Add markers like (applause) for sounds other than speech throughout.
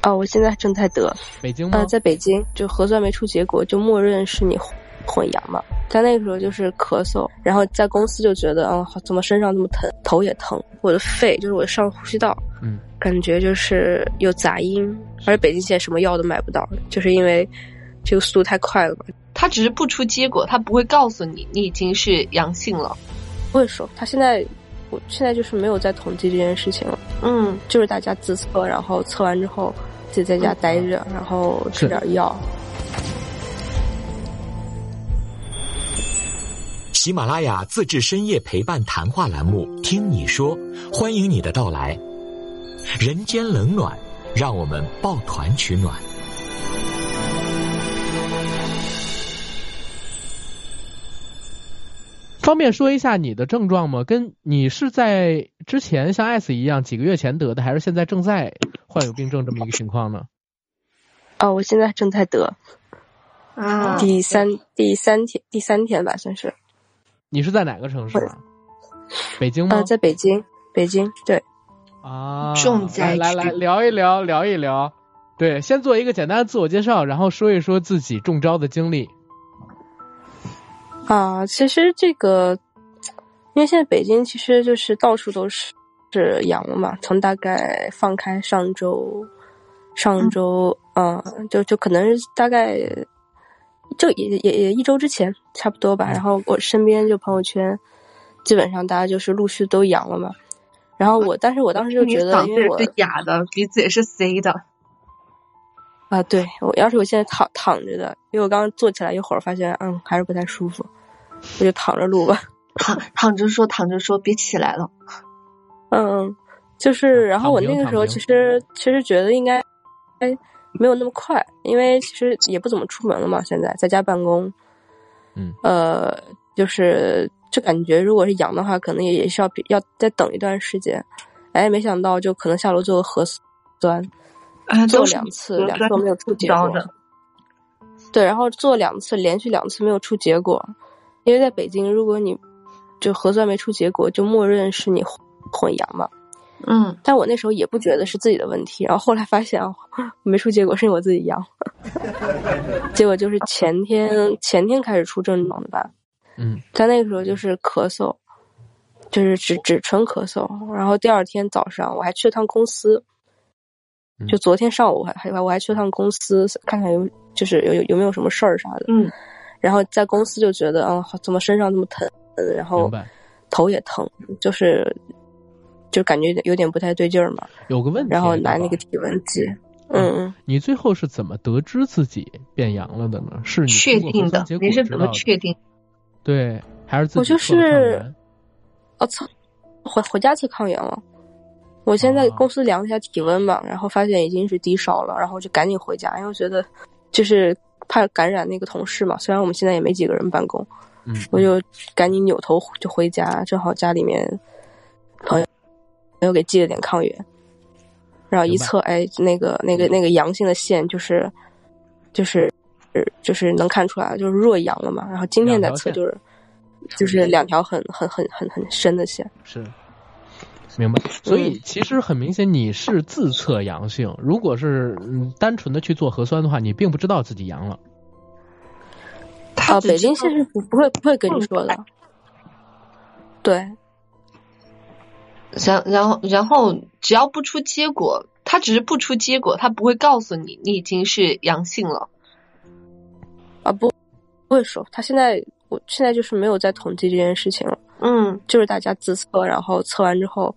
啊，我现在正在得，北京吗？呃，在北京就核酸没出结果，就默认是你混混阳嘛。但那个时候就是咳嗽，然后在公司就觉得啊、怎么身上那么疼，头也疼，我的肺就是我的上呼吸道，嗯，感觉就是有杂音，而且北京现在什么药都买不到，就是因为这个速度太快了嘛。他只是不出结果，他不会告诉你你已经是阳性了。不会说，他现在我现在就是没有在统计这件事情了，嗯，就是大家自测，然后测完之后自己在家待着，然后吃嗯是点药。喜马拉雅自制深夜陪伴谈话栏目《听你说》，欢迎你的到来。人间冷暖，让我们抱团取暖。方便说一下你的症状吗？跟你是在之前像艾斯一样几个月前得的，还是现在正在患有病症这么一个情况呢？啊，我现在正在得，啊第三第三天第三天吧，算是你是在哪个城市啊？北京吗？嗯呃，在北京，北京对，啊，重灾区来来来，聊一聊，聊一聊。对，先做一个简单的自我介绍，然后说一说自己中招的经历。啊，其实这个，因为现在北京其实就是到处都是是阳了嘛，从大概放开上周，上周，嗯，就就可能是大概就也也也一周之前差不嗯多吧。然后我身边就朋友圈，基本上大家就是陆续都阳了嘛。然后我，但是我当时就啊你觉得，嗓因子为我也是哑的，鼻子也是塞的。啊，对我要是我现在躺躺着的，因为我刚刚坐起来一会儿，发现嗯还是不太舒服，我就躺着录吧。 (laughs) (laughs) 躺躺着说，躺着说，别起来了。嗯，就是，然后我躺那平个时候躺其平实其实觉得应该，哎，没有那么快，因为其实也不怎么出门了嘛，现在在家办公，嗯，呃，就是就感觉如果是阳的话，可能也也是要比要再等一段时间，哎，没想到就可能下楼做个核酸，啊，做都了是两次，核两次酸都没有出结招果的。对，然后做两次，连续两次没有出结果，因为在北京，如果你就核酸没出结果，就默认是你混混阳嘛。嗯，但我那时候也不觉得是自己的问题，然后后来发现啊，没出结果是因为我自己阳， (laughs) 结果就是前天前天开始出症状的吧，嗯，但那个时候就是咳嗽，就是只只纯咳嗽，然后第二天早上我还去了趟公司，嗯就昨天上午我还还我还去了趟公司看看有就是有有有没有什么事儿啥的，嗯，然后在公司就觉得啊、怎么身上那么疼，然后明白。头也疼，就是就感觉有点有点不太对劲儿嘛。有个问题，然后拿对吧那个体温计。嗯嗯，你最后是怎么得知自己变阳了的呢？是你确通过定核的酸结，果你是知怎道么的确定？对，还是自己我就测了抗是原我哦操，回回家测抗原了。我先在哦公司量了一下体温嘛，然后发现已经是低烧了，然后就赶紧回家，因为我觉得就是怕感染那个同事嘛。虽然我们现在也没几个人办公，嗯，我就赶紧扭头就回家，正好家里面朋友朋友给寄了点抗原，然后一明白嗯测，哎，那个那个那个阳性的线就是就是呃就是能看出来，就是弱阳了嘛。然后今天再测两条线就是就是两条很很很很很深的线，是。明白，所以其实很明显你是自测阳性。如果是嗯单纯的去做核酸的话，你并不知道自己阳了。他啊，只北知京道县是不不会不会跟你说的，对，然然后然后只要不出结果，他只是不出结果，他不会告诉你你已经是阳性了。啊不不会说，他现在我现在就是没有在统计这件事情了。嗯就是大家自测，然后测完之后，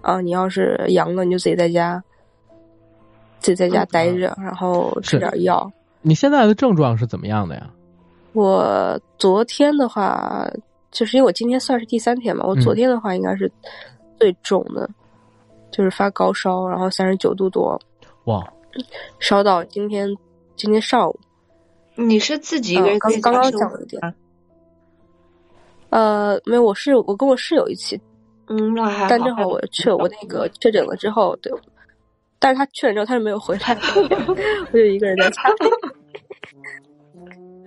啊，你要是阳了，你就自己在家，自己在家待着，然后吃是点药。你现在的症状是怎么样的呀？我昨天的话，就是因为我今天算是第三天嘛，我嗯昨天的话应该是最重的，就是发高烧，然后三十九度多，哇，烧到今天今天上午，你是自己一个嗯人刚在家刚刚生讲活了一点吗。呃，没有，我室友，我跟我室友一起嗯，那还好。但正好我确我那个确诊了之后，对，但是他确诊之后他是没有回来， (laughs) 我就一个人在家里。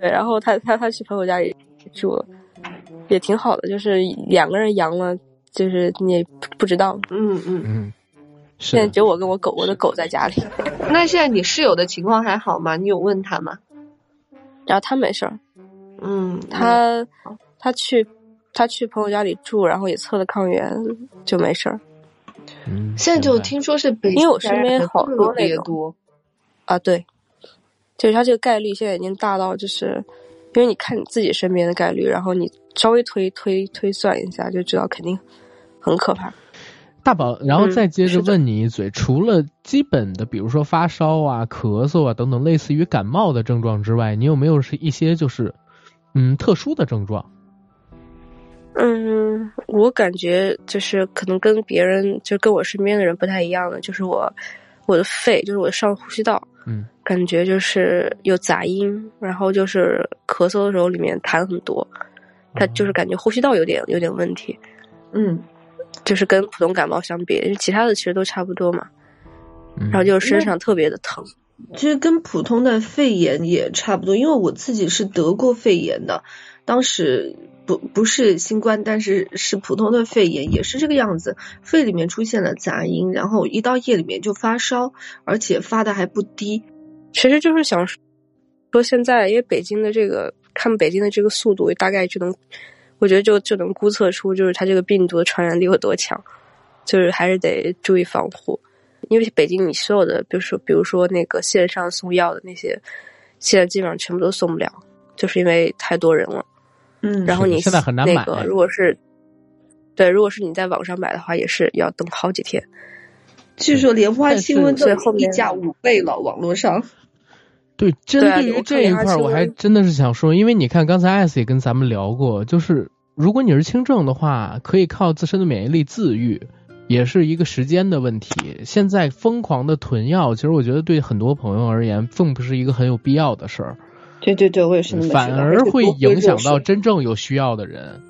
(laughs) 对，然后他他他去朋友家里住了，也挺好的，就是两个人阳了，就是你也不不知道。嗯嗯，嗯，是现在的只有我跟我狗，我的狗在家里，那现在你室友的情况还好吗？你有问他吗？然后他没事儿，嗯，他他去他去朋友家里住，然后也测了抗原，就没事儿嗯，现在就明白听说是北京，因为我身边好多那别种多，啊。对，就是他这个概率现在已经大到就是。因为你看你自己身边的概率，然后你稍微推推推算一下，就知道肯定很可怕。大宝，然后嗯再接着是的问你一嘴，除了基本的，比如说发烧啊、咳嗽啊等等，类似于感冒的症状之外，你有没有是一些就是嗯特殊的症状？嗯，我感觉就是可能跟别人，就跟我身边的人不太一样的，就是我我的肺，就是我上呼吸道，嗯，感觉就是有杂音，然后就是咳嗽的时候里面痰很多，它就是感觉呼吸道有点有点问题，嗯，就是跟普通感冒相比，因为其他的其实都差不多嘛，嗯然后就是身上特别的疼，其实跟普通的肺炎也差不多，因为我自己是得过肺炎的，当时不不是新冠，但是是普通的肺炎，也是这个样子，肺里面出现了杂音，然后一到夜里面就发烧，而且发的还不低。其实就是想说现在，因为北京的这个看北京的这个速度，大概就能，我觉得就就能估测出，就是它这个病毒的传染力有多强，就是还是得注意防护，因为北京你所有的，比如说比如说那个线上送药的那些，现在基本上全部都送不了，就是因为太多人了。嗯然后是的你现在很难那买个如果是。对，如果是你在网上买的话，也是要等好几天。据说莲花但清是瘟所以都后已经面溢价五倍了，网络上。对，针对啊对我于看这一见块他儿，我说还真的是想说，因为你看刚才艾斯也跟咱们聊过，就是如果你是轻症的话，可以靠自身的免疫力自愈，也是一个时间的问题。现在疯狂的囤药，其实我觉得对很多朋友而言，并不是一个很有必要的事儿，对对对，我也是那么觉反得而而且会多喝影热响水到真正有需要的人。